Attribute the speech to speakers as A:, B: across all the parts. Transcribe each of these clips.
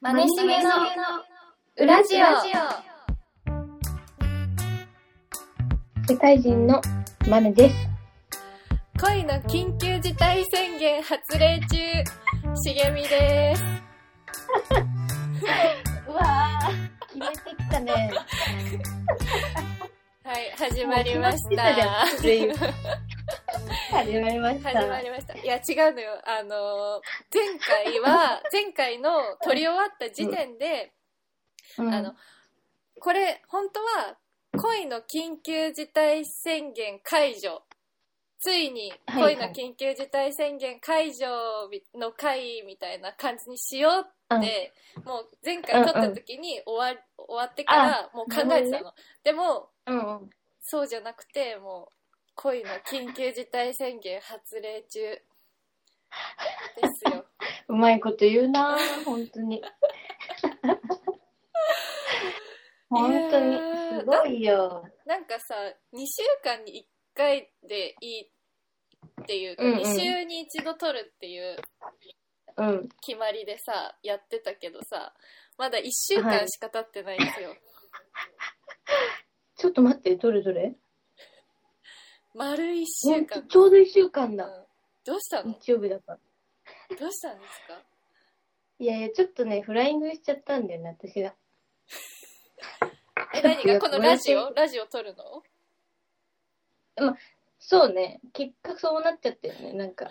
A: マネしげの裏ジオ
B: 世界人のマネです。
C: 恋の緊急事態宣言発令中、しげみです。
B: うわー、決めてきたね。
C: はい、始まりまし
B: もう決ま
C: た。
B: ってたじゃん始まりました。
C: 始まりました。いや、違うのよ。あのー、前回は、 前回の撮り終わった時点で、
B: うん
C: あの、、これ、本当は、恋の緊急事態宣言解除。ついに
B: はいは
C: 恋
B: い
C: の緊急事態宣言解除の回みたいな感じにしようって、もう前回撮った時に終わ終わってからもう考えて
B: な
C: た
B: る
C: の。でも、
B: うんうん。
C: そうじゃなくて、もう恋の緊急事態宣言発令中ですよ。
B: うまいこと言うなー、本当に。 本当に、すごいよ。
C: なんかさ2週間に1回でいいっていうか、
B: うんうん
C: 2週に1度撮るっていう
B: うん。
C: 決まりでさやってたけどさまだ1週間しか経ってないんですよ、
B: ちょっと待って、どれどれ
C: 丸1
B: ほ
C: 週
B: ん
C: 間、
B: とちょうど一週間
C: う
B: だ。
C: んどうしたの
B: 日曜日だから。
C: どうしたんですか
B: いやいや、ちょっとね、フライングしちゃったんだよね、私が。
C: え何がこのラジ
B: こ
C: オラジオ撮るの
B: そうね、結果そうなっちゃったよね、なんか。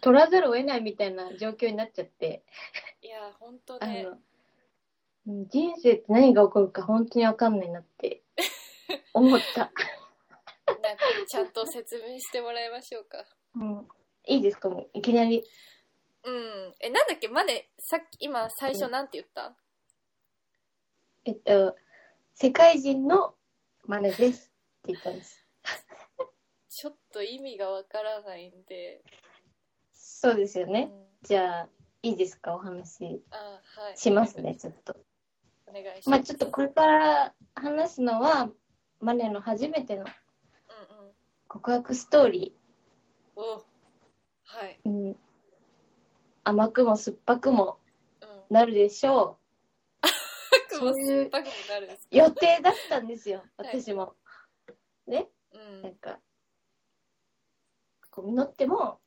B: 取らざるを得ないみたいな状況になっちゃって。
C: いやほんと
B: あ
C: ね
B: の、うん人生って何が起こるか本当にわかんないなって思った。
C: なんかちゃんと説明してもらいましょうか
B: うん、いいですかもういきなり。
C: うんえなんだっけマネさっき今最初なんて言った
B: えっと、世界人のマネですって言ったんです。
C: ちょっと意味がわからないんで、
B: そうですよ
C: う
B: ね。
C: ん
B: じゃあ、いいですかお話
C: あはい。
B: しますね、ちょっと。
C: お願いします。
B: まあちょっとこれから話すのは、マネの初めての
C: うんうん。
B: 告白ストーリ
C: おはい。
B: ー。うん、甘くも酸っぱくも
C: うん。
B: なるでしょう。
C: パク
B: そ
C: も
B: ういう
C: パクもなるんです
B: 予定だったんですよ、
C: はい
B: 私も。ね、
C: う
B: なん
C: ん。
B: か、こう実っても、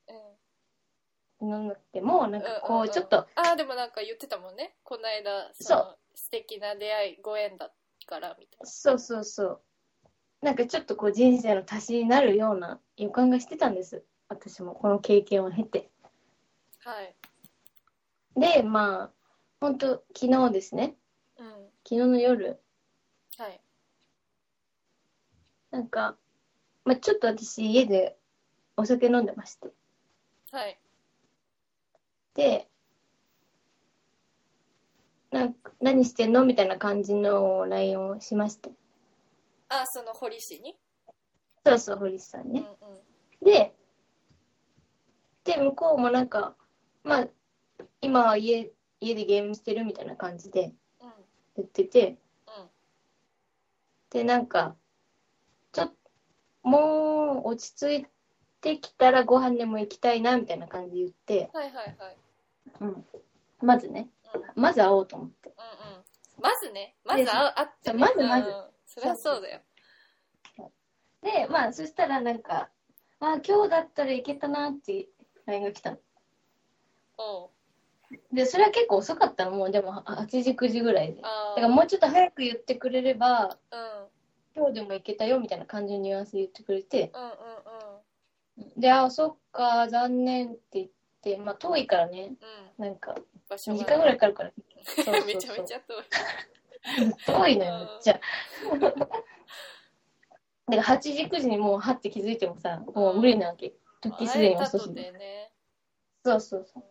C: う
B: 実っても、なん
C: ん。
B: かこ
C: ん
B: う、
C: ん
B: ちょっと、。
C: ああ、でもなんか言ってたもんね。この間、その素敵な出会い、ご縁だから、みたい
B: そうそうそう、なんかちょっとこう、人生の足しになるような予感がしてたんです、私も、この経験を経て。
C: な。はい。
B: で、まあ、ほんと、昨日ですね、
C: うん。
B: 昨日の夜、
C: はい。
B: なんか、まあ、ちょっと私、家でお酒飲んでまして。
C: はい。
B: で、なんか何してんのみたいな感じの LINE をしまして。
C: ああ、その堀氏に。
B: そうそう、堀さん
C: うんう
B: ね
C: ん。。
B: で、で、向こうもなんか、まあ、今は家、家でゲームしてるみたいな感じで
C: うん。
B: 言ってて、
C: うん。
B: で、なんか、ちょっと、もう落ち着いてきたらご飯でも行きたいな、みたいな感じで言って、
C: はいはいはい。
B: まずね、
C: うん。うんうん。
B: まず会おうと思って。
C: まずね。まずあ会って、ね。
B: まずまず
C: うん。そりゃそうだよ。
B: で、まあ、そしたらなんか、あー今日だったらいけたなって LINE が来たの。
C: おう。
B: で、それは結構遅かったの、もうでもあ8時、9時ぐらいで。だ
C: ああ。
B: からもうちょっと早く言ってくれれば、
C: うん。
B: 今日でもいけたよみたいな感じのニュアンスで言ってくれて、
C: うんうんうん。
B: で、あー、そっか、残念って言って、まあ、遠いからね、
C: うん。
B: なんか、
C: 場所
B: 2
C: が
B: 時間ぐらいかかるから、そうそうそう
C: めちゃめちゃ遠い。
B: 遠いのよ、めっちゃ。 だから8時、9時にもう、はって気づいてもさ、もう無理なわけ。時すでに遅し
C: 会えたと
B: で。
C: てね。
B: そうそうそ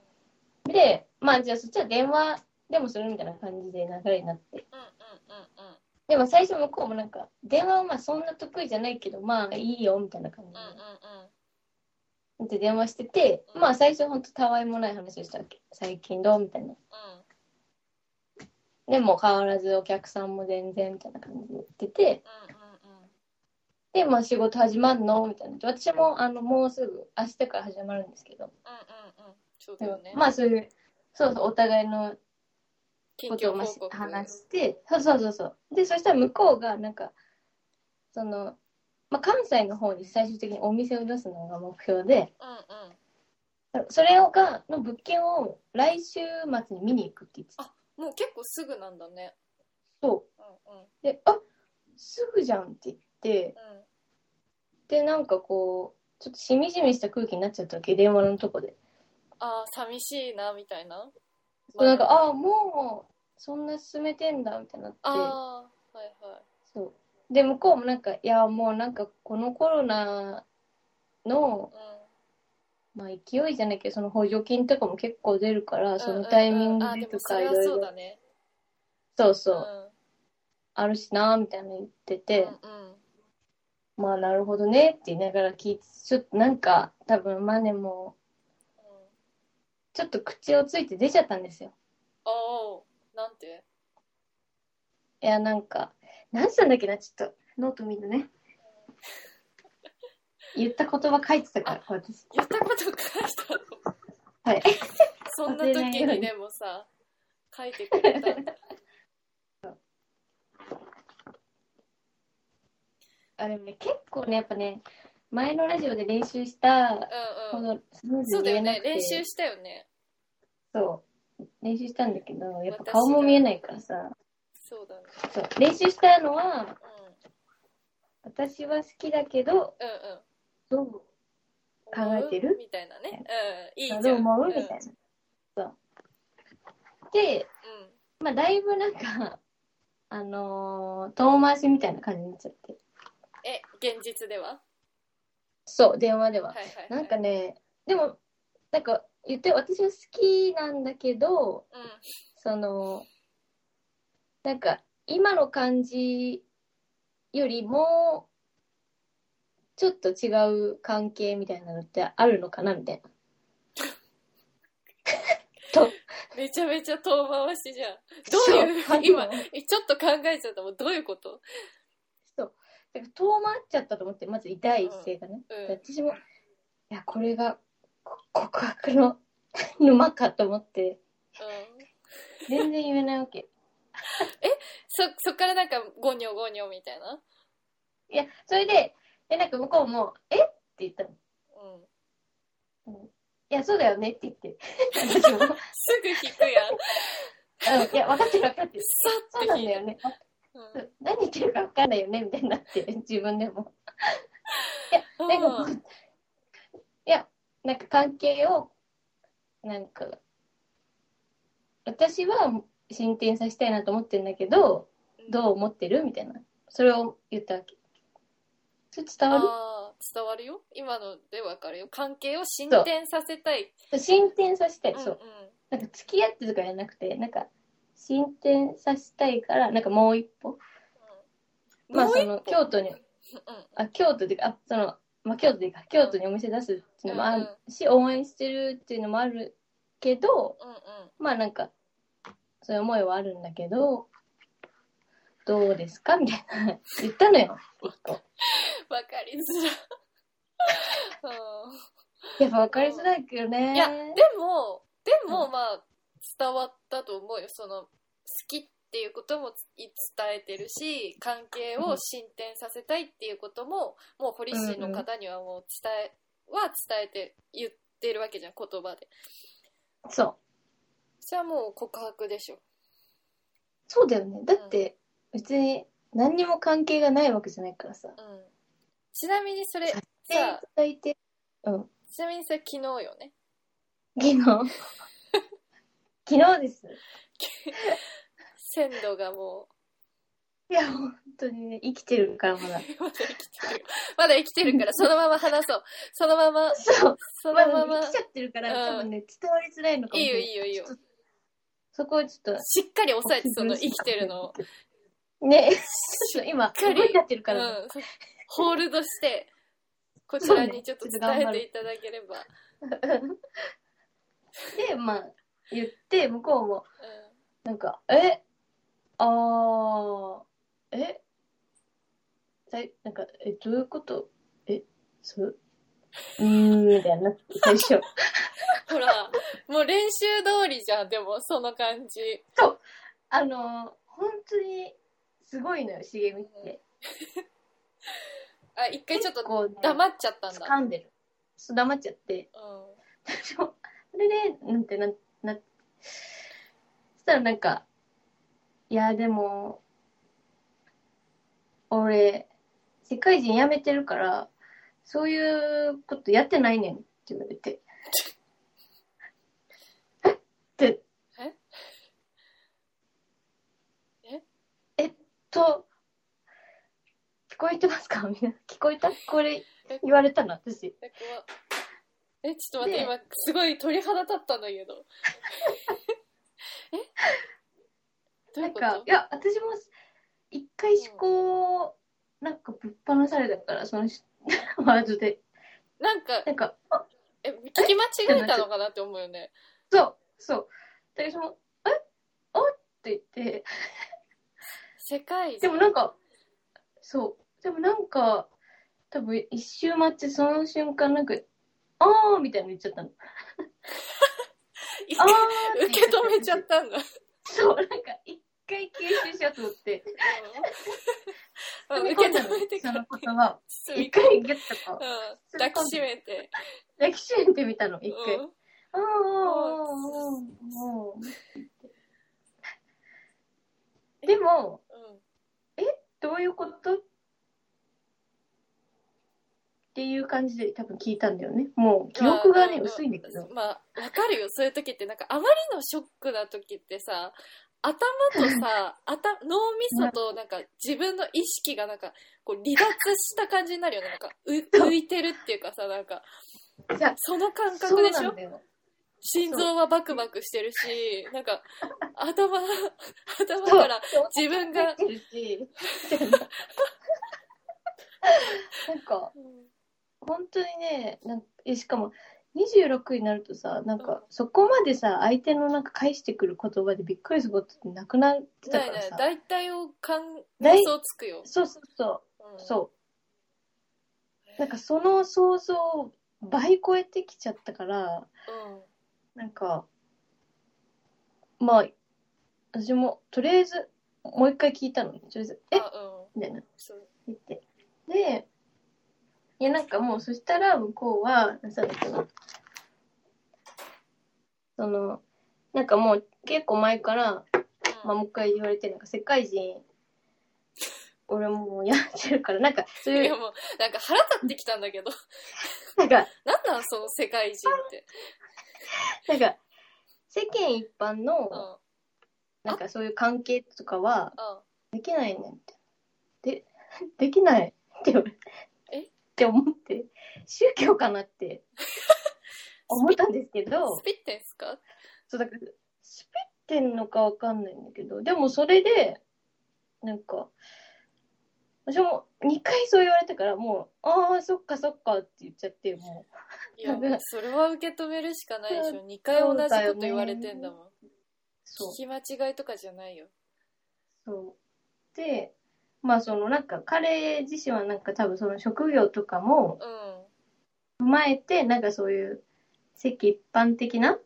B: う。で、まあじゃあそっちは電話でもするみたいな感じで流れになって。
C: うんうんうんうん。
B: でも最初向こうもなんか、電話はまあそんな得意じゃないけど、まあいいよみたいな感じ
C: うんうんうん。
B: で。で電話してて、
C: うん
B: まあ最初ほんとたわいもない話をしたわけ。最近どうみたいな。
C: う
B: でも変わらずお客さんも全然みたいな感じで言ってて、
C: んうんうん。
B: で、まあ仕事始まるのみたいな。私もあのもうすぐ明日から始まるんですけど、
C: うんうんうん。そう
B: で
C: だよ
B: も
C: ね。
B: まあそういう、そうそう、お互いの
C: 近
B: こと
C: 況
B: をま
C: 報
B: し
C: 告。
B: 話して、そうそうそうそう。で、そしたら向こうが、なんか、その、まあ、関西の方に最終的にお店を出すのが目標で、
C: うんうん。
B: それをが、の物件を来週末に見に行くって言ってた。
C: もう結構すぐなんだね。
B: そ
C: うんうん
B: う。で、あすぐじゃんって言って、
C: うん。
B: で、なんかこう、ちょっとしみじみした空気になっちゃったわけ、電話のとこで。
C: ああ、寂しいな、みたいな。
B: そうなんか、ああ、もう、そんな進めてんだ、みたいになって。
C: ああ、はいはい。
B: そう。で、向こうもなんか、いや、もうなんか、このコロナの、
C: う
B: まあ、勢いじゃないけど、その補助金とかも結構出るから、
C: ん
B: そのタイミング
C: うんうんうんあ
B: で
C: で
B: と
C: もそ
B: か、い
C: れは
B: ろい
C: そう
B: ろ、
C: だね。
B: そうそうう、あるしな、みたいなの言って
C: ん。
B: て、
C: うんうん
B: まあ、なるほどね、って言いながら聞いて、ちょっとなんか、多分、マネも、
C: うん
B: ちょっと口をついて出ちゃったんですよ。
C: おーなんて
B: いや、なんか、なんつったんだっけな、ちょっと、ノート見る ね。言った言葉書いてたから、私。
C: 言ったこと書いたの
B: はい。
C: そんな時にでもさ、書いてくれたんだ。
B: あでもね、結構ね、やっぱね、前のラジオで練習した
C: う
B: ほ
C: んうん。
B: どスムーズ
C: そう
B: に言
C: だ
B: え
C: よ
B: な
C: ね
B: く。て、
C: 練習したよね。
B: そう、練習したんだけど、やっぱ
C: 私が
B: 顔も見えないからさ、
C: そうだね。
B: そう、練習したのは、
C: うん。
B: 私は好きだけど、
C: うんうん。
B: どう考えてる
C: 思うみたいなね。うん。いいじゃん。
B: どう思うみたい
C: うん
B: な。そう。で、
C: うん
B: まあ、だいぶなんか、あのー遠回しみたいな感じになっちゃって。
C: え、現実では
B: そう、電話では
C: はい。はいはい。
B: なんかね、でも、なんか言って、私は好きなんだけど、
C: うん。
B: そのなんか今の感じよりもちょっと違う関係みたいなのってあるのかなみたいな。
C: めちゃめちゃ遠回しじゃん。どういう、
B: そう
C: 今、ちょっと考えちゃったもん。どういうこと
B: そうだから遠回っちゃったと思ってまず痛い姿勢がね。
C: うん。
B: で私もいやこれがこ 告白の沼かと思って
C: うん
B: 全然言えないわけ。
C: そ、そっからなんか、ゴニョゴニョみたいな。
B: いやそれでえなんか向こうも「えっ?」て言ったの。
C: うん。
B: いやそうだよねって言って。私も
C: すぐ引くやん。
B: うんいや分かってる分かってる。
C: さ
B: そ
C: っ
B: う
C: て
B: なん
C: 引い
B: だよね。
C: うん
B: 何言ってるか分かんないよねみたいになって自分でもなんかこういやなんか関係をなんか私は進展させたいなと思ってるんだけど
C: うん
B: どう思ってるみたいなそれを言ったわけそれ伝わ
C: あー伝わるよ今のでわかるよ関係を進展させたい
B: る進展させたい、そ
C: ん
B: うんなんか付き合ってとかじゃなくてなんか進展させたいからなんかもう一歩まあ
C: もう
B: そ
C: 一
B: の
C: 歩
B: 京都に
C: うん
B: あ京都でかあその、まあ、京都でか京都にお店出すっていうのもあるし、応援してるっていうのもあるけど
C: うんうん
B: まあなんかそういう思いはあるんだけどどうですかみたいな言ったのよ一個
C: わかり づらい、
B: いや分かりづらいけど
C: う
B: ね
C: ん、いやでもでもまあ伝わったと思うよその好きっていうことも伝えてるし関係を進展させたいっていうことももう堀市の方にはもう伝えは伝えて言ってるわけじゃん言葉で
B: そう
C: それはもう告白でしょ
B: そうだよねだって別に何にも関係がないわけじゃないからさ
C: うんちなみにそれさ
B: さしていただいてうん
C: ちなみにそれ昨日よね
B: 昨 日昨日です
C: 鮮度がも
B: いや本当にね生きてるからまだ
C: う まだ生きてるまだ生きてるからそのまま話そうそのまま
B: そう
C: その
B: ま
C: ま
B: だ
C: ま
B: ね、来ちゃってるから、
C: う
B: 多
C: ん
B: 分ね、伝わりづらいのか
C: い
B: もし
C: い
B: れ
C: よ
B: ない。
C: いいよいいよ
B: ちょっとそこをちょっと。
C: しっかり押さえてその生きてるのを。
B: ね、ちょっと今、
C: しっかり
B: 動いちゃってる
C: う
B: からね、
C: んホールドしてこちらにちょっと伝えていただければ
B: で、まあ、言って、向こうも、
C: う
B: なんか、えあー、えさいなんか、え、どういうことえそううーん、みたいになって、最初。
C: んほらもう練習通りじゃんでもその感じ
B: あの、本当にすごいのよ、茂みって。
C: あ、一回ちょっと
B: こう、ね、
C: 黙っちゃったんだ。
B: 掴んでる。そう、黙っちゃって。
C: うん。
B: そうそれで、なんて、なん、な、そしたらなんか、いや、でも、俺、世界人辞めてるから、そういうことやってないねんって言われて。 えって。
C: ええ
B: えっと、聞こえてますかみんな。聞こえたこれ
C: え
B: 言われたの、私。
C: え、怖っえ、ちょっと待って、
B: で
C: 今、すごい鳥肌立ったんだけど。 えどう
B: ない
C: うんこ
B: か
C: と、
B: いや、私も一回思考を、なんかぶっ放されたから、そのし ワードで。
C: なんか、
B: なんか、あ
C: え、聞き間違えたのかなって思うよね。
B: そう、そう。私も、えあって言って、
C: 世界
B: で
C: 人。
B: もなんか、そう、でもなんか、多分一周待って、その瞬間、なんか、あーみたいなの言っちゃったの。
C: 一
B: あ
C: 回
B: ー
C: 受け止めちゃったんだ。
B: そう、なんか、一回吸収しようと思って、
C: うん
B: 踏
C: 受
B: み
C: け
B: 込んだの
C: 止めて
B: そ
C: か
B: の
C: ら。
B: 言葉を。
C: 包
B: 一
C: み
B: 回ギュッとこ
C: う
B: う、
C: ん抱きしめて。
B: 抱きしめてみたの、一回。
C: うん
B: ああ、でも、
C: うん
B: どういうことっていう感じで多分聞いたんだよね。もう記憶がね、
C: まあ
B: 薄いんだけど。
C: まあわかるよそういう時ってなんかあまりのショックな時ってさ頭とさ頭脳みそとなんか自分の意識がなんかこう離脱した感じになるよねなんかう浮いてるっていうかさなんか
B: いや
C: その感
B: そ
C: 覚
B: う
C: でし
B: な
C: ょ
B: んだよ。
C: 心臓はバクバクしてるしなんか 頭頭
B: そう
C: から自分が
B: 入ってるしなんか、本当にね、なんかえしかも、26になるとさ、なん
C: うん
B: か、そこまでさ、相手のなんか返してくる言葉でびっくりすることってなくなってたか
C: だい
B: ら
C: だい
B: さ。
C: 大体を感
B: 大
C: 想つくよ、
B: そうそうそう。
C: うん
B: そう。なんかその想像を倍超えてきちゃったから、
C: うん
B: なんか、まあ、私もとりあえず、もう一回聞いたのね。とりあえず、え
C: あうん
B: みたいな。
C: そう
B: 言って。で、いやなんかもうそしたら向こうは、なんだっけな。その、なんかもう結構前から、
C: うん
B: まあ、もう一回言われてるのが、世界人、俺もうやってる から、なんか、そう
C: い
B: い
C: や
B: う、
C: もう、なんか腹立ってきたんだけど。
B: なんか、
C: なんなんその世界人って。
B: なんか、世間一般
C: う
B: の、
C: ん。
B: なんかそういう関係とかは、
C: う
B: で
C: ん。
B: きないねんって。で、できないって言われ
C: え
B: って思って、宗教かなって思ったんですけど
C: ス、ピってんすか
B: そうだから、スピってんのかわかんないんだけど、でもそれで、なんか、私も2回そう言われたから、もう、ああ、そっかそっかって言っちゃって、もう。
C: いや、もうそれは受け止めるしかないでし
B: そ
C: ょ。2回同じこと言われてんだもん。
B: そう
C: 聞き間違いとかじゃないよ。
B: そう。で、まあそのなんか彼自身はなんか多分その職業とかも
C: うん。うんうん
B: 踏まえて、なんかそういう世間一般的な
C: うん。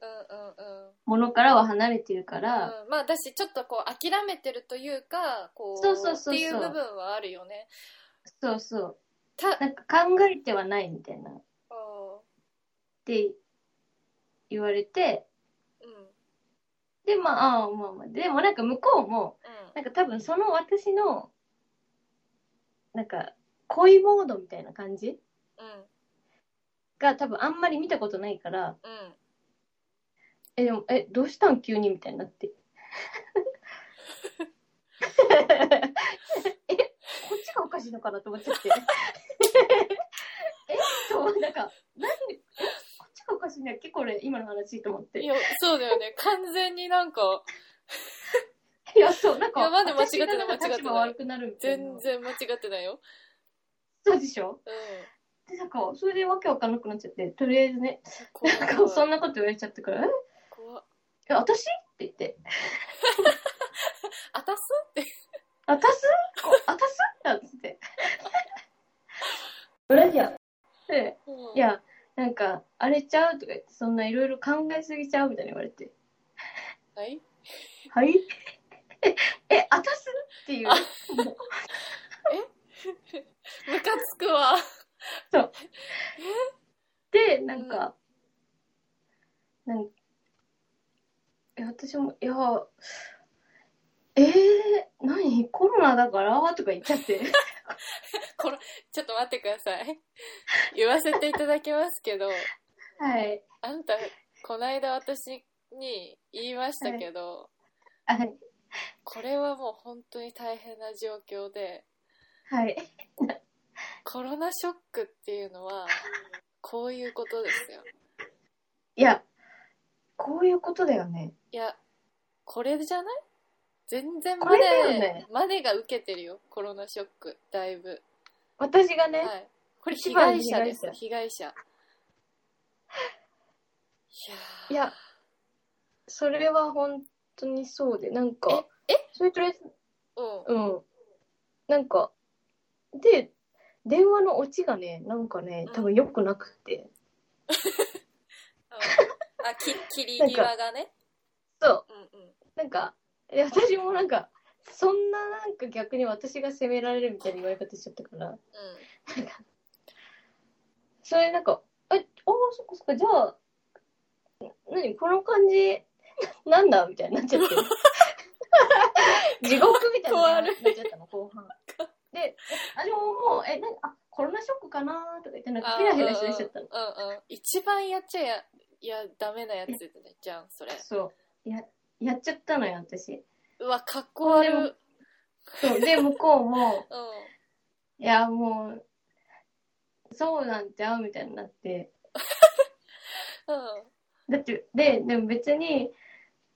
B: ものからは離れてるから、
C: うん、まあだし、ちょっとこう、諦めてるというか、こう、
B: そうそうそうそう
C: っていう部分はあるよね。
B: そうそう。
C: た、うん。
B: なんか考えてはないみたいなって言われて、
C: うん。うん。
B: で、まあ、ああまあまあ、でもなんか向こうも、なんか多分その私の、なんか恋モードみたいな感じ
C: うん。
B: が多分あんまり見たことないから、
C: うん。
B: え、でも、え、どうしたん急にみたいになっ て。え、こっちがおかしいのかなと思っちゃ って。え、そう、なんか、なんで、えこっちがおかしいんだっけこれ、今の話と思って。
C: い
B: い
C: や、そうだよね。完全になんか、
B: や、そう、なんか、
C: いやまだ間違っ
B: 私
C: てない
B: がなんか
C: 間違
B: 立
C: って
B: 場
C: ない
B: 悪くなるみたいな
C: 全。然間違ってないよ。
B: そうでしょ
C: うん。
B: で、なんか、それでわけわかんなくなっちゃって、とりあえずね、
C: 怖い
B: なん
C: 怖
B: か、
C: い
B: そんなこと言われちゃったから、え
C: 怖っ
B: え、私って言って、
C: あたす
B: あたすこあたすだっつ って。裏じゃん。で、い
C: や、
B: や、なんか、あれちゃうとか言って、そんないろいろ考えすぎちゃうみたいに言われて、
C: はい
B: はいっていう。
C: ムカつくわ。
B: で、なんか、なんえ私も、いや、えー、何コロナだからとか言っちゃ って。
C: ちょっと待ってください。 言わせていただきますけど、
B: はい。
C: あんた、こないだ私に言いましたけど、
B: はい。
C: これはもう本当に大変な状況で、
B: はい。
C: コロナショックっていうのは、こういうことですよ。
B: いや、こういうことだよね。
C: いや、これじゃない全然
B: こ
C: マ
B: れだよ
C: ネ、
B: ね
C: マネが受けてるよ、コロナショック、だいぶ。
B: 私がね、
C: はい。これ
B: 一
C: 被
B: 番の
C: 害
B: 被
C: 者
B: 害
C: です
B: 者、
C: 被害者。い
B: い、
C: や
B: や、それは本当にそうで、なんか、えそれとりあえず、
C: ー、うん。
B: うん。なんか、で、電話のオチがね、なんかね、多分良くなくって。
C: うんあ、き、切り際がね。
B: そう。
C: うんうん。
B: なんか、で私もなんか、そんななんか逆に私が責められるみたいな言われ方しちゃったから、それなんか、え、ああ、そっかそっか、じゃあ、何この感じ、なんだみたいになっちゃって。地獄みたいななっちゃったの、後半。で、私ももう、え、なんか、あ、コロナショックかなとか言って、なんかヘラヘラしだしちゃったの。
C: うんうん。一番やっちゃや、いや、ダメなやつだね、じゃん、それ。
B: そう。や、やっちゃったのよ、私。
C: うわ、かっこ悪い。
B: こ
C: う
B: れ
C: ん
B: も。そう。で、向こうも、いや、もう、そうなんちゃうみたいになって。
C: うん。
B: だって、で、でも別に、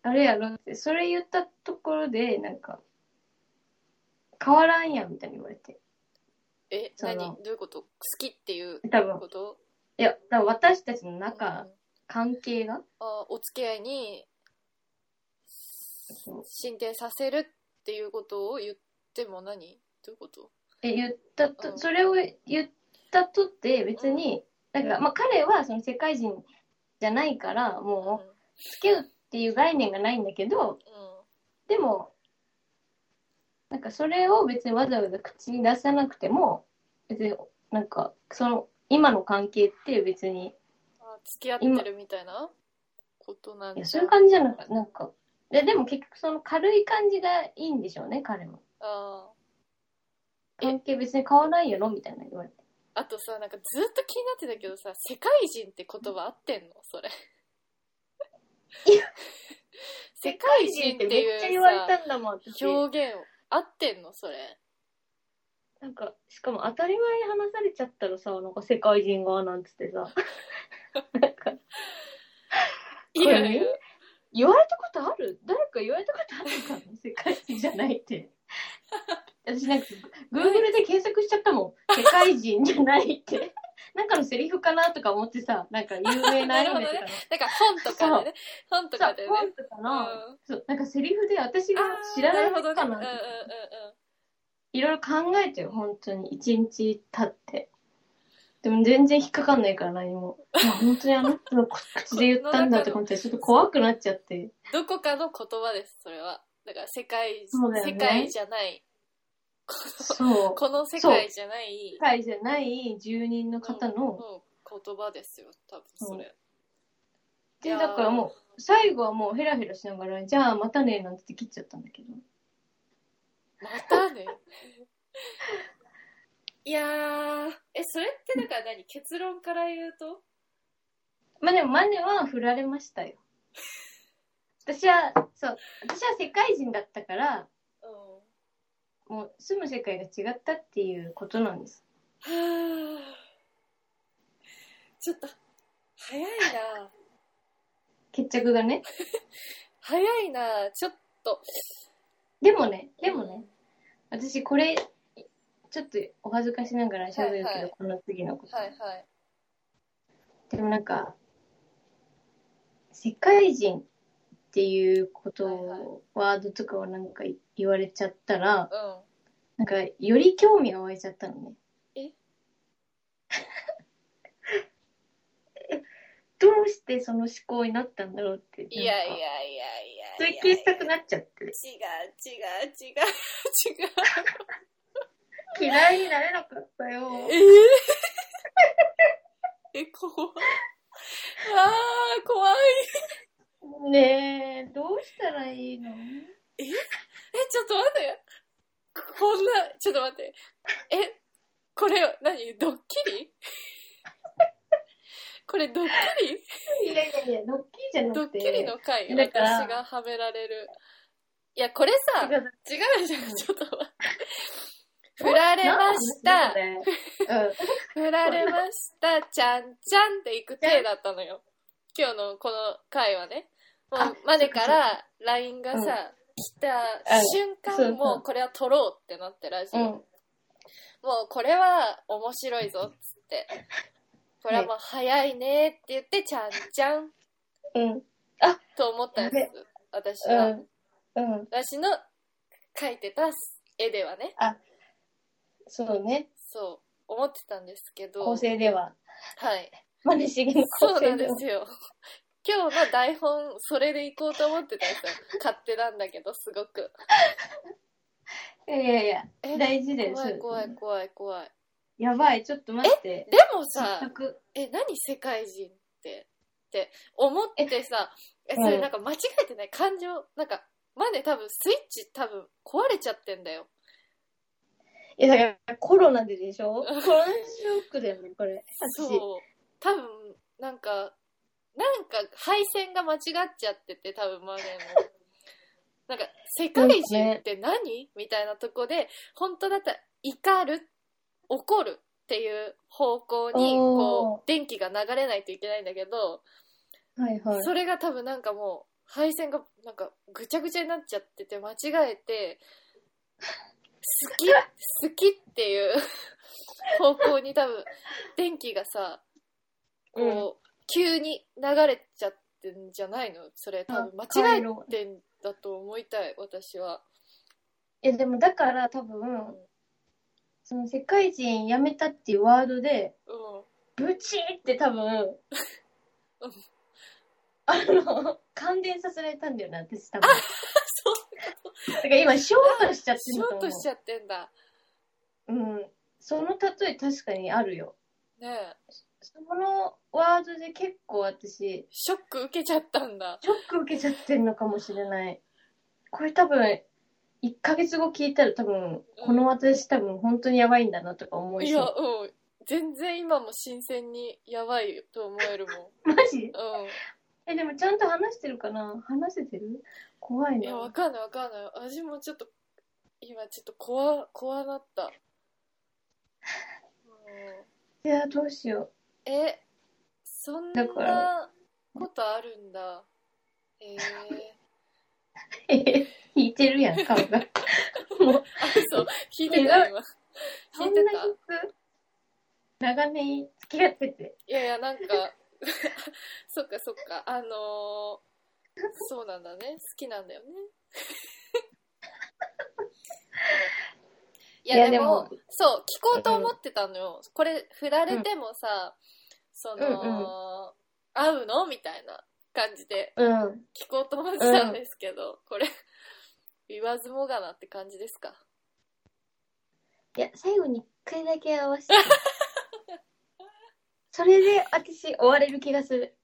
B: あれやろって、それ言ったところで、なんか、変わらんやんみたいに言われて。
C: え、
B: その
C: 何どういうこと好きっていう
B: 多分、
C: こと
B: いや、だから私たちの
C: う
B: 中
C: ん、
B: 関係が、
C: あお付き合いに
B: そう
C: 進展させるっていうことを言っても何どういうこと
B: え、言った
C: う
B: と、
C: ん
B: それを言ったとって、別に、なんか、まあ彼はその世界人じゃないから、
C: うんうん
B: もう、付き合うっていう概念がないんだけど、でも、なんかそれを別にわざわざ口に出さなくても、別になんか、その、今の関係って別に、
C: あ付き合ってるみたいなことなん
B: い
C: じ
B: や、そ
C: ゃ
B: ういう感じじゃなくなんか、ででも結局その軽い感じがいいんでしょうね、彼も。
C: あえ
B: 関係別に変わらないやろ、みたいな言われて。
C: あとさなんかずっと気になってたけどさ世界人って言葉合ってんのそれ世界人って
B: め
C: い
B: っ
C: う
B: ちゃ
C: さ
B: 言われたんだもん、私。
C: 表現合ってんのそれ
B: なんか、しかも当たり前に話されちゃったらさ、なんか世界人が、なんつってさ。なんか、
C: いやいや
B: 言われたことある誰か言われたことあるのかな世界人じゃないって。私なんか、Google で検索しちゃったもん。世界人じゃないって。なんかのセリフかなとか思ってさ、なんか有名なアニメとかの。
C: なんか本とかでね本と
B: そ
C: か
B: う
C: でね、
B: 本とか
C: うん、
B: の、
C: あ
B: そう、なんかセリフで私が
C: ー
B: 知らない
C: るほ
B: の
C: どね
B: か
C: うん
B: な
C: うんうん
B: とか
C: うん
B: いろいろ考えてよ、本当に。一日経って。でも全然引っかかんないから何も。いや本当にあの人の口で言ったんだとか思って、ちょっと怖くなっちゃって。
C: どこかの言葉です、それは。だから世界、
B: そうだよね
C: 世界じゃない。こ
B: そう
C: の。この世界じゃない
B: 世、界じゃない住人の方
C: うん
B: の、
C: うん言葉ですよ、多分それ。
B: でだからもう最後はもうヘラヘラしながら「じゃあまたね」なんて切っちゃったんだけど
C: またね。いやー、え、それってだから何結論から言うと
B: まあでもマネは振られましたよ私はそう私は世界人だったから
C: うん。
B: もう住む世界が違ったっていうことなんです
C: はー。ちょっと、早いな。
B: 決着がね
C: 早いな。ちょっと。
B: でもねでもね私これちょっとお恥ずかしながら喋るけど、
C: はいはい
B: この次のこと、
C: はいはい。
B: でもなんか世界人っていうことを、
C: はいは
B: ワードとかをなんか言われちゃったら
C: うん。
B: なんかより興味が湧いちゃったのね
C: え
B: えどううしてその思考になったんだろうって。
C: いやい
B: なん
C: やい
B: か。
C: やいやいや。
B: 追求したくなっちゃって。
C: 違う違う違う違う。
B: 嫌いになれなかったよ。
C: えええ、怖い。あー、怖い。
B: ねえ、どうしたらいいの
C: え、ちょっと待って。こんな、ちょっと待って。え、これ、何ドッキリこれドッキリ
B: いやいやいや、ドッキリじゃな
C: ド
B: く
C: ッ
B: て。
C: キリの回
B: だから
C: 私がはめられる。いや、これさ、
B: 違う
C: 違うじゃん、ちょっと待って。振られました。
B: なんかそれうん。
C: 振られました、ちゃんちゃんって行く体だったのよ。今日のこの回はね。も
B: あ
C: う、までから LINE がさ、
B: うん
C: 来た瞬間、
B: そうそう
C: もうこれは撮ろうってなってラジオ。
B: う
C: も
B: ん
C: うこれは面白いぞっつって。これはもう早いねって言って、ちゃんちゃん
B: うん。
C: と思ったやつ
B: やべ。
C: 私
B: う
C: が、
B: ん。うん。
C: 私の描いてた絵ではね、
B: そうね。
C: そう、思ってたんですけど、
B: 構成では。
C: はい。
B: マネシゲの
C: そ
B: 構
C: うな
B: 成
C: ん
B: で
C: で
B: は。
C: すよ。今日の台本、それで行こうと思ってたんですよ。勝手なんだけど、すごく。
B: いやいやいや、
C: え
B: 大事です。
C: 怖い怖い怖い怖い。
B: やばい、ちょっと待って。
C: でも
B: せっ
C: さ
B: か、く
C: え、何世界人って、って思ってさ、え、
B: うん
C: それなんか間違えてない感情、なんか、まで多分スイッチ多分壊れちゃってんだよ。
B: いや、だからコロナででしょコロナショックだよね、これ。
C: そう
B: 私。。
C: 多分、なんか、なんか配線が間違っちゃってて、多分マネの。 なんか、世界人って何、みたいなとこで、本当だったら怒る、怒るっていう方向に、
B: おー
C: こう、電気が流れないといけないんだけど、
B: はいはい。
C: それが多分なんかもう、配線がなんかぐちゃぐちゃになっちゃってて、間違 えて、好き、好きっていう方向に多分、電気がさ、こう、
B: うん
C: 急に流れちゃってんじゃないのそれ多分
B: あ
C: 間
B: 回
C: 違
B: 路
C: えてんだと思いたい、私は。
B: いや、でもだから多分、その世界人辞めたっていうワードで、
C: う
B: ブチーって多分
C: うん、
B: あの、感電させられたんだよな、私多分。
C: そう
B: だから今、ショートしちゃっ
C: ん。
B: て
C: シ
B: ると
C: ョー
B: 思う
C: トし。ちゃってんだ。
B: うん。その例え確かにあるよ。
C: ねえ。
B: そのワードで結構私、
C: ショック受けちゃったんだ。
B: ショック受けちゃってんのかもしれない。これ多分、1ヶ月後聞いたら多分、この私多分本当にやばいんだなとか思い
C: い
B: そ
C: や、う
B: う。
C: ん。全然今も新鮮にやばいと思えるもん。
B: マジ
C: うん。
B: え、でもちゃんと話してるかな話せてる怖い
C: いや、わ
B: な。
C: かんないわかんない。私もちょっと、今ちょっと怖、怖なった。うん
B: いや、どうしよ
C: え、そん
B: だから
C: なことあるんだ。えー、
B: う。え へ引いてるやん、顔が。もう、
C: あ、 そう、弾いてた今。
B: そ
C: 弾い
B: ん
C: て
B: な
C: た
B: に長年付き合ってて。
C: いやいや、なんか、 そっかそっか、あのー、そうなんだね。好きなんだよね。いや
B: いや
C: で
B: で
C: も
B: も
C: そう、聞こうと思ってたのよ。これ、振られてもさ、その、
B: うんうん
C: 合うのみたいな感じで
B: うん。
C: 聞こうと思ってたんですけど、これ、言わずもがなって感じですか。
B: いや、最後に一回だけ合わせて。 それで私追われる気がする。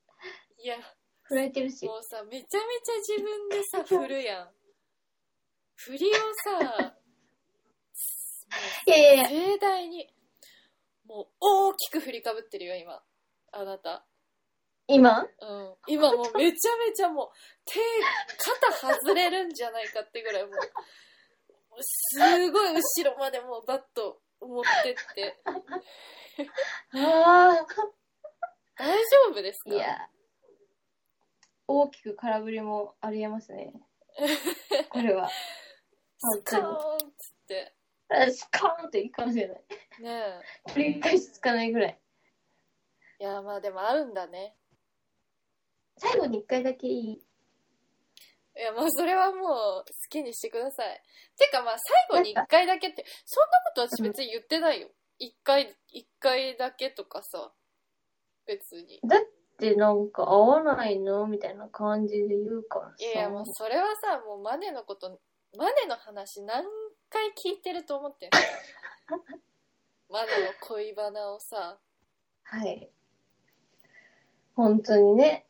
C: いや、
B: 振られてるし。
C: もうさ、めちゃめちゃ自分でさ、振るやん。振りをさ、
B: いやいやいや、
C: 盛大に、もう大きく振りかぶってるよ、今。あなた。
B: 今
C: うん。今もうめちゃめちゃもう、手、肩外れるんじゃないかってぐらいもう、もうすごい後ろまでもうバッと持ってって。
B: あ
C: 大丈夫です
B: あ。
C: か
B: いや。大きく空振りもありえます ね。これは。
C: スカーンっつって。
B: スカーンといくかもしれない。
C: ねえ。
B: 取り返しつかないぐらい。
C: いや、まあでも合うんだね。
B: 最後に一回だけいい。
C: いや、まあそれはもう好きにしてください。てかまあ最後に一回だけって、そんなこと私別に言ってないよ。一回、一回だけとかさ。別に。
B: だっってなんか合わないのみたいな感じで言うから
C: いやいやもう
B: さ。
C: それはさもうマネのことマネの話何回聞いてると思 ってんのマネの恋バナをさ
B: はい。本当にね。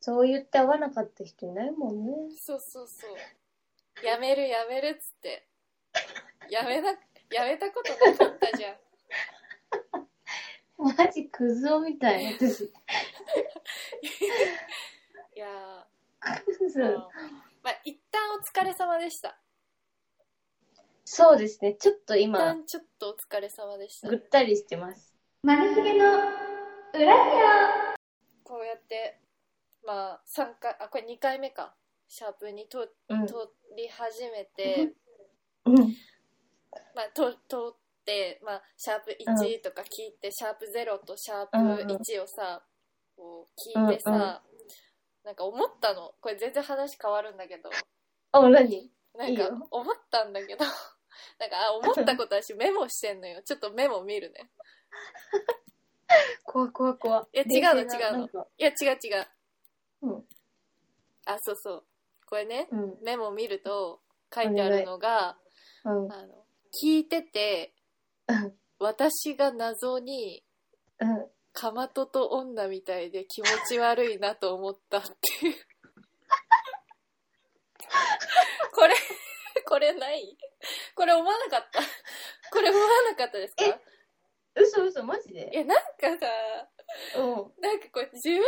B: そう言って合わなかった人いないもんね。
C: そうそうそうやめるやめるっつってやめなやめたことなかったじゃん
B: マジクズ男みたい、私。
C: いや
B: ク
C: ー、
B: ズ
C: ま。あ一旦お疲れ様でした
B: そうですね。ちょっと
C: 一
B: 今、
C: 旦ちょっとお疲れ様でした
B: ぐったりしてます。
A: マネヒゲの裏ジ
C: こうやってまあ3回あこれ2回目かシャープにと
B: うん。
C: 撮り始めて
B: うん。
C: まあ、と通って、まあ、シャープ
B: うん
C: 1とか聞いて、シャープ0とシャー
B: うんう
C: プ
B: ん
C: 1をさ、こう聞いてさ、
B: うんうん
C: なんか思ったのこれ全然話変わるんだけど
B: あ、何
C: ないん
B: い
C: か
B: よ
C: 思ったんだけど なんかあ思ったことだしメモしてんのよちょっとメモ見るね
B: 怖い怖い怖い。
C: え違うの
B: 冷静な
C: 違うの
B: なんか
C: いや違う違う、
B: うん
C: あそうそうこれね
B: うん。
C: メモ見ると書いてあるのが
B: うん。
C: あの聞いてて
B: うん
C: 私が謎に
B: うん。
C: かまとと女みたいで気持ち悪いなと思ったっていう これこれないこれ思わなかったこれ思わなかったですか
B: 嘘嘘、マジ
C: い
B: で
C: やなんかさ
B: う
C: なんかこれ自分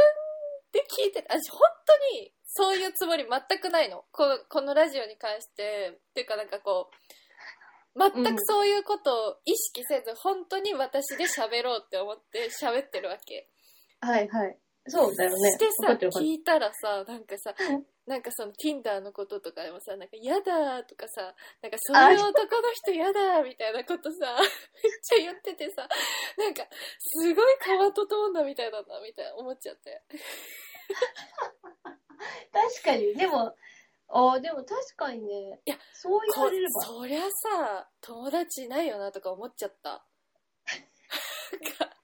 C: で聞いて私本当にそういうつもり全くないのこのこのラジオに関してっていうかなんかこう全くそういうことを意識せず、本当に私で喋ろうって思って喋ってるわけ
B: ん。はいはい。そうだよね。
C: して
B: わかってるわかっ
C: さ
B: て
C: 聞
B: る
C: いたらさなんかさ
B: うん
C: なんかその Tinder のこととかでもさ「なんか嫌だ」とかさ「なんかそういう男の人嫌だ」みたいなこと さめっちゃ言っててさなんかすごい変わっとと女みたいだなみたいな思っちゃって
B: 確かに。でも、あーでも確かにね。
C: いや、
B: そう言
C: こ
B: われれば。
C: そりゃさ友達いないよなとか思っちゃった。。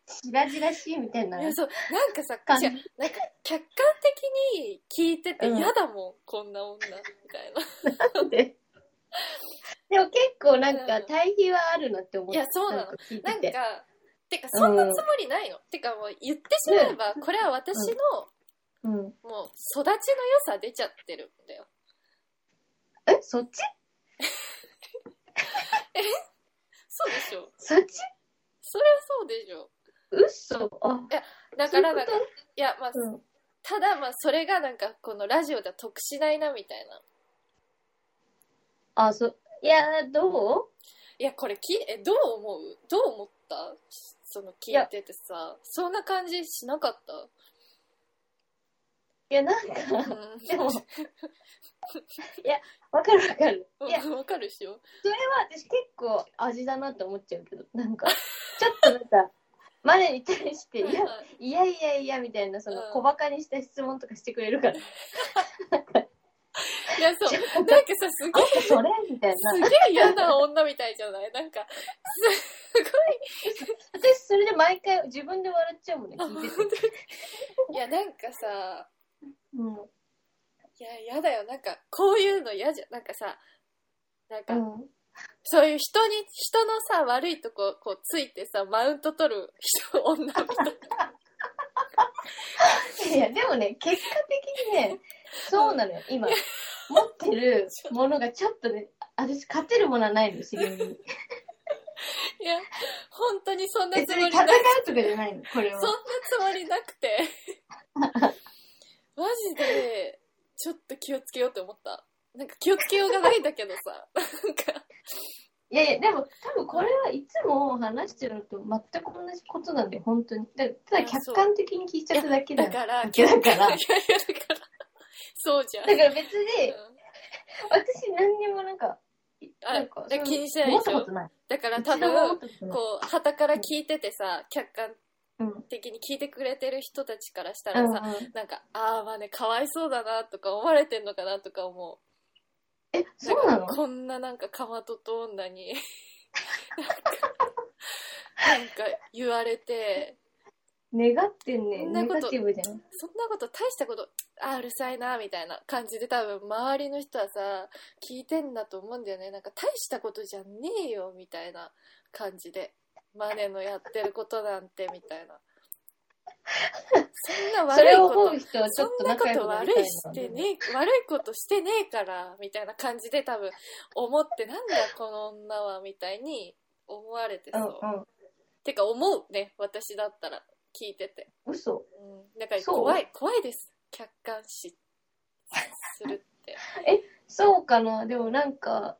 B: しらじらしいみたいない
C: やそうなんかさ
B: 感
C: 違
B: じ
C: うなんか客観的に聞いてて
B: うん
C: 嫌だもん、こんな女みた いな。
B: で。でも結構なんか対比はあるなって思って。
C: いやそうなの
B: んか聞い
C: な
B: て
C: んか
B: て。、
C: てか、そんなつもりないの。てか、もう言ってしまえば、これは私の、
B: うん。
C: もう、育ちの良さ出ちゃってるんだよ。
B: え、そっち
C: そうでしょ。
B: そっち
C: それはそうでしょ。
B: 嘘あ、
C: だから、なんか、
B: そういう
C: いや、まあ、
B: うん。
C: ただ、まあ、それがなんか、このラジオでは得しないな、みたいな。
B: あ、そ、いや、どう
C: いや、これき、え、どう思うどう思ったその、聞いててさ、そんな感じしなかった
B: いや、なんか、
C: うん。
B: で も、わかるわかる。
C: うん
B: いや、
C: わかるでしょ。
B: それは私結構味だなって思っちゃうけど、なんか、ちょっとなんか、マネに対して、いや、
C: はい
B: いやいやいやみたいな、その
C: うん
B: 小馬鹿にした質問とかしてくれるから、
C: いや、そう。
B: な
C: なんん
B: か
C: かさ、すごい
B: それみたいな
C: す。げえ嫌な女みたいじゃないなんか、すごい。
B: 私それで毎回自分で笑っちゃうもんね、
C: あ
B: 聞いて
C: 本
B: て。
C: いや、なんかさ、
B: うん。
C: いや、嫌だよ。なんか、こういうの嫌じゃ、なんかさ、なんか、
B: うん。
C: そういう人に、人のさ、悪いとこ、こう、ついてさ、マウント取る人、女 みたいな。
B: いや、でもね、結果的にね、そうなのよ、今。持ってるものがちょっとね、私勝てるものはないの、知り合いに。
C: いや、本当にそ んなつ
B: 別
C: も
B: に
C: りな
B: 戦
C: く
B: う
C: て、
B: とかじゃないの、これ
C: そ
B: は
C: ん。なつもりなくて。 マジで、ちょっと気をつけようって思った。なんか気をつけようがないんだけどさ、なんか、
B: いやいや、でも多分これはいつも話してるのと全く同じことなんで、本当に。だただ客観的に聞いちゃっただけだ
C: だ
B: よ。だ
C: から、
B: けだか
C: い
B: ら
C: やいや、だ。から、そうじゃん。
B: だから別に、
C: うん
B: 私何にもなんか、
C: あ
B: なんか
C: で
B: そう
C: 気にしてない
B: 思っ
C: でしたょ
B: ことない。
C: だから多
B: 一度も思
C: 分
B: っ、たことない
C: こう、旗から聞いててさ、客観
B: うん。
C: 的に聞いてくれてる人たちからした
B: う
C: ら
B: ん
C: さ、
B: うん
C: なんか、ああ、まあね、かわいそうだなとか思われてんのかなとか思
B: え、
C: う。
B: そうな
C: なん
B: の
C: かこんななんか、かまとと女に なんか、なんか言われて、
B: 願ってんね
C: そん
B: ん。
C: な
B: ネ
C: こと
B: ガティブじゃん。
C: そんなこと大したことあうるさいなみたいな感じで多分周りの人はさ聞いてんだと思うんだよねなんか大したことじゃねえよみたいな感じでマネのやってることなんてみたいなそんな
B: そ
C: 悪い
B: れを
C: こ
B: 思
C: と
B: う人はち
C: そ
B: ょっと
C: んなこ
B: 仲良
C: と
B: くな
C: 悪
B: りたい
C: いしてねえ悪いことしてねえからみたいな感じで多分思ってなんだこの女はみたいに思われて
B: う
C: そ
B: ん
C: う、
B: うん。
C: てか思うね私だったら聞いてて
B: 嘘。
C: うんだから
B: そう
C: 怖い怖いです客観視す るって、
B: そうかな。でもなんか、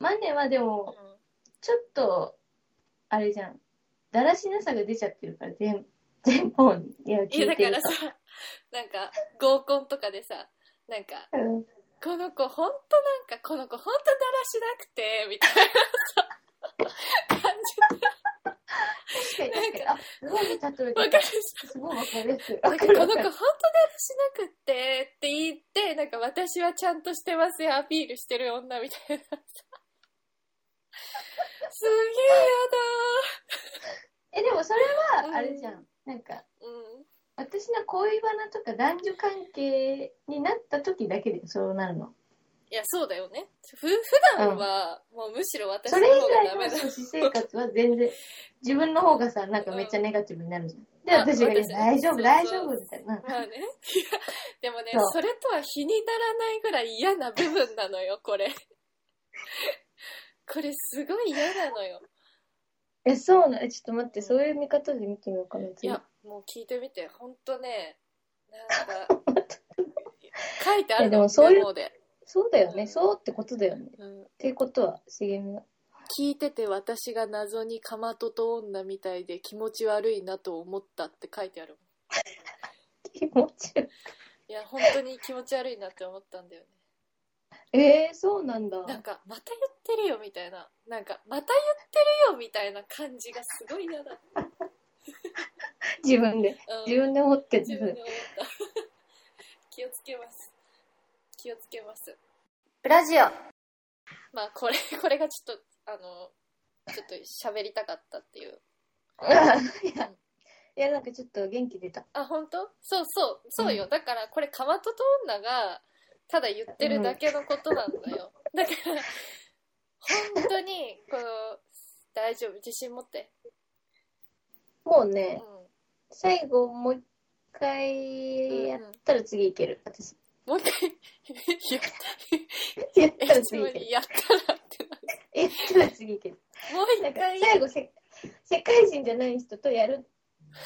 B: マネはで
C: うん
B: も、ちょっと、あれじゃん。だらしなさが出ちゃってるから、全、 全方に。いや、
C: い
B: 聞
C: や
B: い
C: だ
B: て
C: か
B: る
C: ら
B: か。
C: さなんか合コンとかでさなんから
B: うん
C: この子ほんとなんかこの子ほんとだらしなくてみたいなさ感
B: 確かに確かに。あ、すごい例え
C: じ
B: て
C: わか
B: た
C: るでしょ
B: すごいわかりやすい。
C: な
B: わ
C: ん
B: か
C: か こ
B: るわ
C: の
B: か
C: 子ほんとだら
B: る。
C: しなくってって言ってなんか私はちゃんとしてますよアピールしてる女みたいなさ すげ
B: え、でもそれ
C: うん
B: は、あれじゃん。なんか、
C: えやだーうん
B: 私の恋バナとか男女関係になった時だけでそうなるの。
C: いや、そうだよね。ふ、普段は、もうむしろ私
B: そ
C: の
B: れ
C: 方
B: 以
C: がダ
B: 外
C: メ
B: の
C: だ。
B: 私生活は全然、自分の方がさ、なんかめっちゃネガティブになるじゃん。で、私が、
C: あ
B: ね、
C: 私
B: 大丈
C: そうそ
B: 夫、
C: う
B: 大丈夫、みたいな。
C: まあね。いや、 でもね
B: そう、
C: それとは比にならないぐらい嫌な部分なのよ、これ。これすごい嫌なのよ。
B: え、そうなのちょっと待って、そういう見方で見てみようかな。
C: い
B: 次
C: や、もう聞いてみて、ほんとね、なん か、書いてあ
B: い
C: る
B: やで
C: の、
B: もそういう
C: メモで。
B: そうだよね。そうってことだよね。
C: うん
B: っていうことは、茂 みが。
C: 聞いてて私が謎にかまとと女みたいで気持ち悪いなと思ったって書いてあるも
B: 気持ち悪
C: ん。いや、本当に気持ち悪いなって思ったんだよね。
B: い。えー、そうなんだ。
C: なんか、また言ってるよみたいな、なんか、また言ってるよみたいな感じがすごい嫌だ。
B: 自分で。
C: うん、
B: 自分で持って
C: 自分
B: る
C: で。思った。 気をつけます。気をつけます。
A: ブラジオ。
C: まあ、これ、 これがちょっと、あの、ちょっと喋りたかったっていう。
B: いや、いやなんかちょっと元気出た。
C: あ、本当？そうそう、そうよ。だから、これ、かまとと女が、ただ言ってるだけのことなんだ よ。だから、本当に、この、大丈夫、自信持って。
B: もう
C: う
B: ね、
C: ん。
B: 最後もう一回やったら次いける。私、
C: もう一回、 いや
B: やった
C: え、
B: ら
C: つ
B: 次
C: ま
B: いける
C: り。やったらってなる
B: やったら次いける。
C: もう
B: なん
C: 一
B: か
C: 回、
B: 最後せ、世界人じゃない人とやる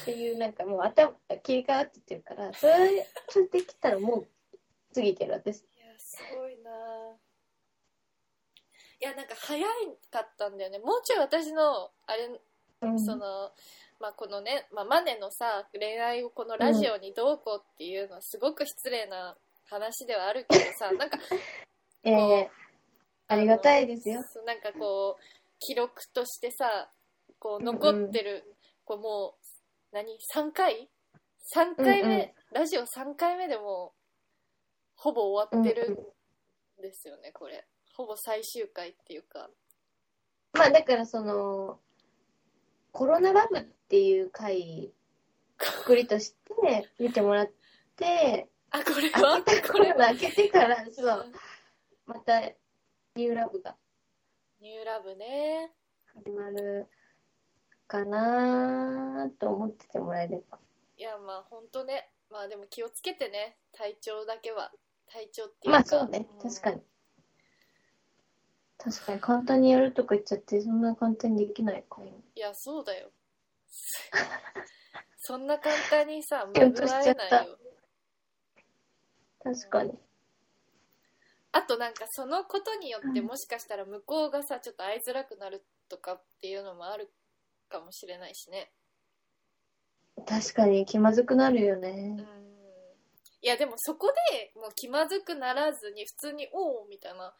B: っていう、なんかもう頭、切り替わってってるから、それできたらもう次いける。私。
C: いやすごいなぁいやなんか早かったんだよねもうちょい私のあれ
B: うん
C: そのまあこのね、まあ、マネのさ恋愛をこのラジオにどうこうっていうのはすごく失礼な話ではあるけどさなんか
B: ええありがたいですよ。
C: そうなんかこう記録としてさこう残ってる、こうもう何3回 ?3 回目、
B: うんうん
C: ラジオ3回目でもうほぼ終わってる
B: うん
C: んですよね、これほぼ最終回っていうか
B: まあだからその、コロナラブっていう回、くくりとして見てもらって、
C: あこれ
B: 開
C: は
B: けた、
C: こ
B: コ
C: れ
B: ロ
C: は
B: ナ開けてから、そう
C: う、ん
B: また、ニューラブが
C: ニューラブね
B: 始まるかなと思っててもらえれば。
C: いやまあほんとねまあでも気をつけてね体調だけは体調っていう
B: ま
C: か
B: あそうね、確かに。確かに、簡単にやるとか言っちゃって、そんな簡単にできないかも。
C: いや、そうだよ。 そんな簡単にさ、
B: キュンとしちゃった
C: 巡らえないよ。
B: 確かに。
C: あとなんかそのことによって
B: うん
C: もしかしたら向こうがさ、ちょっと会いづらくなるとかっていうのもあるかもしれないしね。
B: 確かに、気まずくなるよ
C: うん
B: ね。。
C: いや、でもそこでもう気まずくならずに普通に、おおみたいな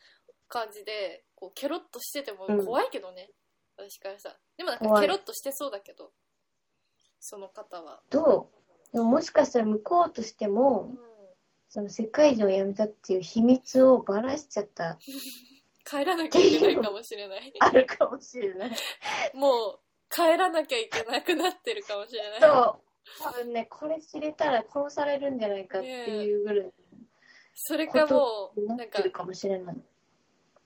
C: 感じで、こう、ケロッとしてても
B: うん
C: 怖いけどね。私からさ。でもなんか
B: 怖い
C: ケロッとしてそうだけど、その方は。
B: どうでももしかしたら向こうとしても、
C: うん。
B: その世界中を辞めたっていう秘密をばらしちゃった、
C: 帰らなきゃいけないかもしれない。
B: あるかもしれない。
C: もう帰らなきゃいけなくなってるかもしれない。
B: そう。多分ね、これ知れたら殺されるんじゃないかっていうぐらい
C: それかもう、
B: にな
C: な
B: っ
C: んか
B: てるかもしれない。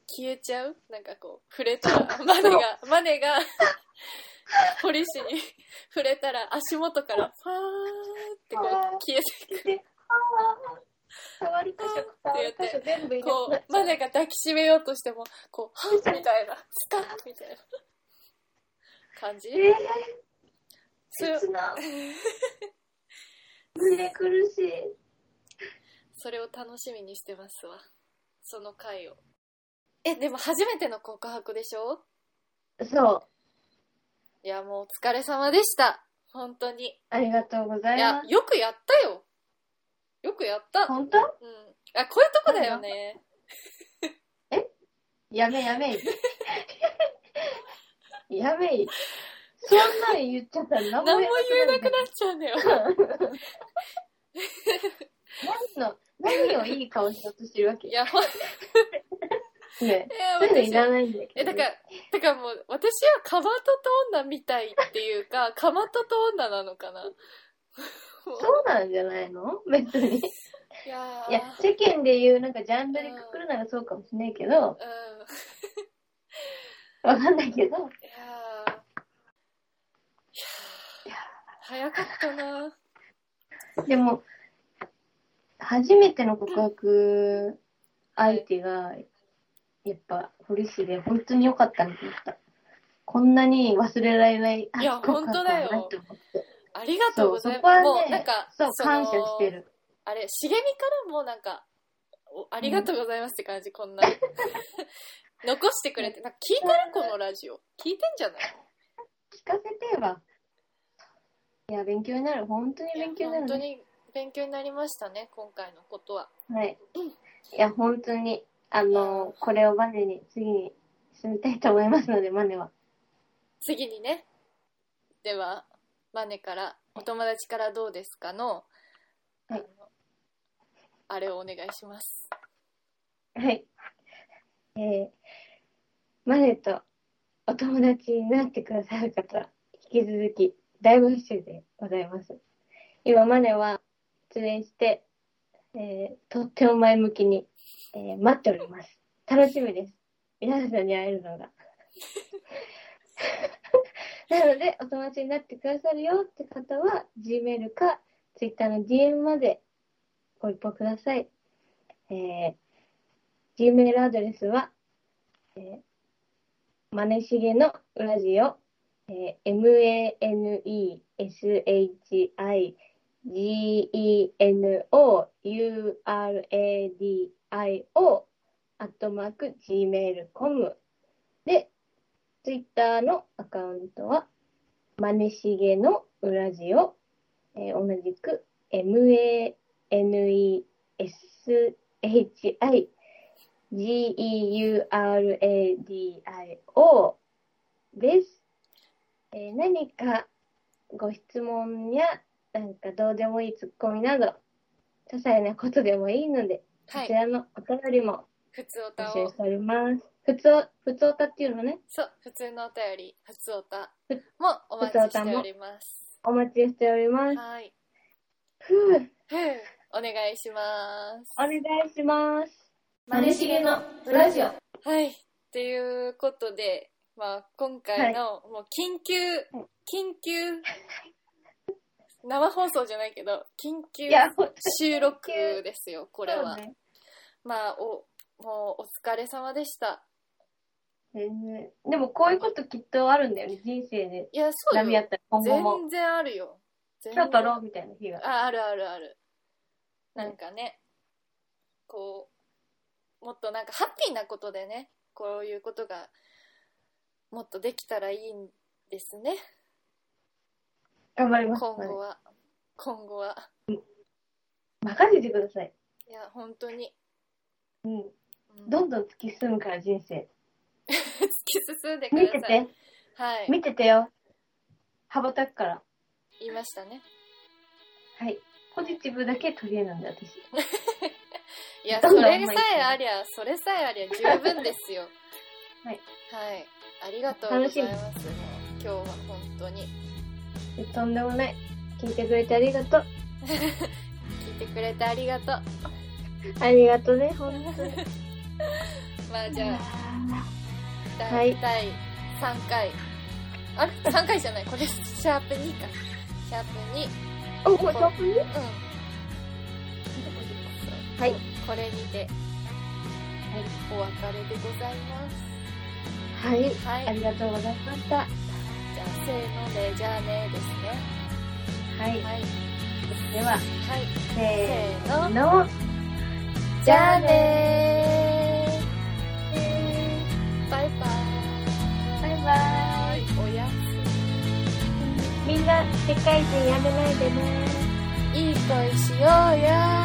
C: 消えちゃうなんかこう、触れたら、マネが、マネが、ポリシに触れたら足元から、ファーってこう消えていく。
B: で、あ触り箇所、触り箇所全部入れ
C: こう、マネが抱きしめようとしても、こう、はっみたいな、スカッみたいな感じ。
B: え
C: そ
B: ー、
C: れ
B: 切な。胸苦しい。
C: それを楽しみにしてますわ。その回を。え、でも初めての告白でしょ
B: そう。
C: いや、もうお疲れ様でした。本当に。い
B: ありがとうござい
C: や
B: ま、す。
C: よくやったよ。よくやった。
B: 本当
C: うん。あ、こういうとこだよ ね。
B: やめやめ い。やめい。そんなん言っちゃったら何
C: 何も言えなくなっちゃうんだよ。
B: 何の、何をいい顔しようとしてるわけ
C: いや、ほん、い
B: ね
C: や、
B: そういうのい
C: 私、
B: らないんだけど。
C: え、だから、だからもう、私はかまとと女みたいっていう か、かまとと女なのかな。
B: そうなんじゃないの別に。
C: いやー
B: いや、世間で言うなんかジャンルでくくるならそうかもしれないけど、
C: うん。
B: わかんないけど、
C: いやーいやー早かったな。
B: でも、初めての告白相手が、やっぱ、堀市で本当に良かったなと思った。こんなに忘れられない、あ
C: いや
B: 告白なって思って
C: ありがとう
B: そう、そ
C: ござい
B: こは
C: ます。
B: ね、
C: もうなんか、
B: そう、
C: の
B: 感謝して。る。
C: あれ、茂みからもなんか、おありがとうございますって感じ、こんな。 残してくれて、なんか聞いてるこのラジオ。聞いてんじゃない
B: 聞かせてば。いや、勉強になる。本当に勉強になる
C: 本
B: ね。
C: 当に勉強になりましたね、今回のことは。
B: はい。いや、本当に、あの、これをバネに、次に進みたいと思いますので、マネは。
C: 次にね。では、マネから、お友達からどうですかの、あ
B: は
C: の
B: い
C: あれをお願いします。
B: はい。えー、マネとお友達になってくださる方、引き続き大募集でございます。今、マネは出演して、えー、とっても前向きに、えー待っております。楽しみです。皆さんに会えるのが。 なので、お友達になってくださるよって方は、Gmail か Twitter の DM までご一報ください。えー Gmail アドレスは、えー、まねしげのラジオ、えー、maneshigenuradio アットマーク gmail.com で、Twitter のアカウントは、まねしげのラジオ、えー、同じく maneshigenuradio GEURADIO です、えー何かご質問や、なんかどうでもいいツッコミなど、些細なことでもいいので、
C: は
B: こち
C: い。
B: らのお便りも
C: 普通お
B: 募
C: た
B: 集
C: を
B: しております。ふつお、ふつおたっていうのね、
C: そう、普通のお便り、普通おた
B: ふ
C: もお待ちしております。
B: お待ちしております。
C: はい。
B: ふう
C: ふうお願いします。
B: お願いします。
C: マネシゲの
B: ラジオ。
C: はい。っていうことで、まあ、今回の、もう緊急、緊急、生放送じゃないけど、緊急
B: いや、ほんと
C: 収録ですよ、これは。
B: そうね
C: まあ、お、もうお疲れ様でした。
B: 全然でもこういうこときっとあるんだよね、人生で。
C: いや、そう
B: 波あっ
C: よ。
B: たら今後も。
C: 全然あるよ。全
B: 今
C: 然
B: 日撮ろうみたいな日が。
C: ああるあるあるなんかねこうもっとなんかハッピーなことでねこういうことがもっとできたらいいんですね
B: 頑張ります。
C: 今後は今後は
B: 任せてください。
C: いや本当に、
B: うん。
C: うん
B: ど
C: 突
B: んどん突き進むから人生。
C: き進んでくだ
B: 見て
C: さい
B: て、
C: はい
B: 見ててよ。羽ばたくから。
C: 言いましたね
B: はい。ポジティブだけ取り柄なんだ、私。
C: いや
B: ど
C: そ
B: んどん
C: れ
B: 思い
C: さ
B: つい
C: え
B: て
C: ありゃそれさえありゃ十分ですよ
B: はい、
C: はい、ありがとうございますもう今日は本当に
B: とんでもない。聞いてくれてありがとう。
C: 聞いてくれてありがとう
B: ありがとうね、ほんとに。
C: まあじゃあ
B: は
C: 第
B: い
C: 第3回、あれ ?3 回じゃないこれシャープ2かシャープ2
B: お、もうトップに
C: うん
B: はい。
C: これにて、お別れでございます。
B: はい。
C: はい。
B: あり
C: じゃ
B: がとうございました。は
C: あ、せーので、じゃあねですね。
B: い。
C: はい。
B: では、
C: はい。
B: せ
C: せー
B: ーの。
C: の。じゃあねー。バイバーイ。
B: バイバ
C: イ。おや
B: みんな、世界人やめないでね。
C: す。いい恋しようや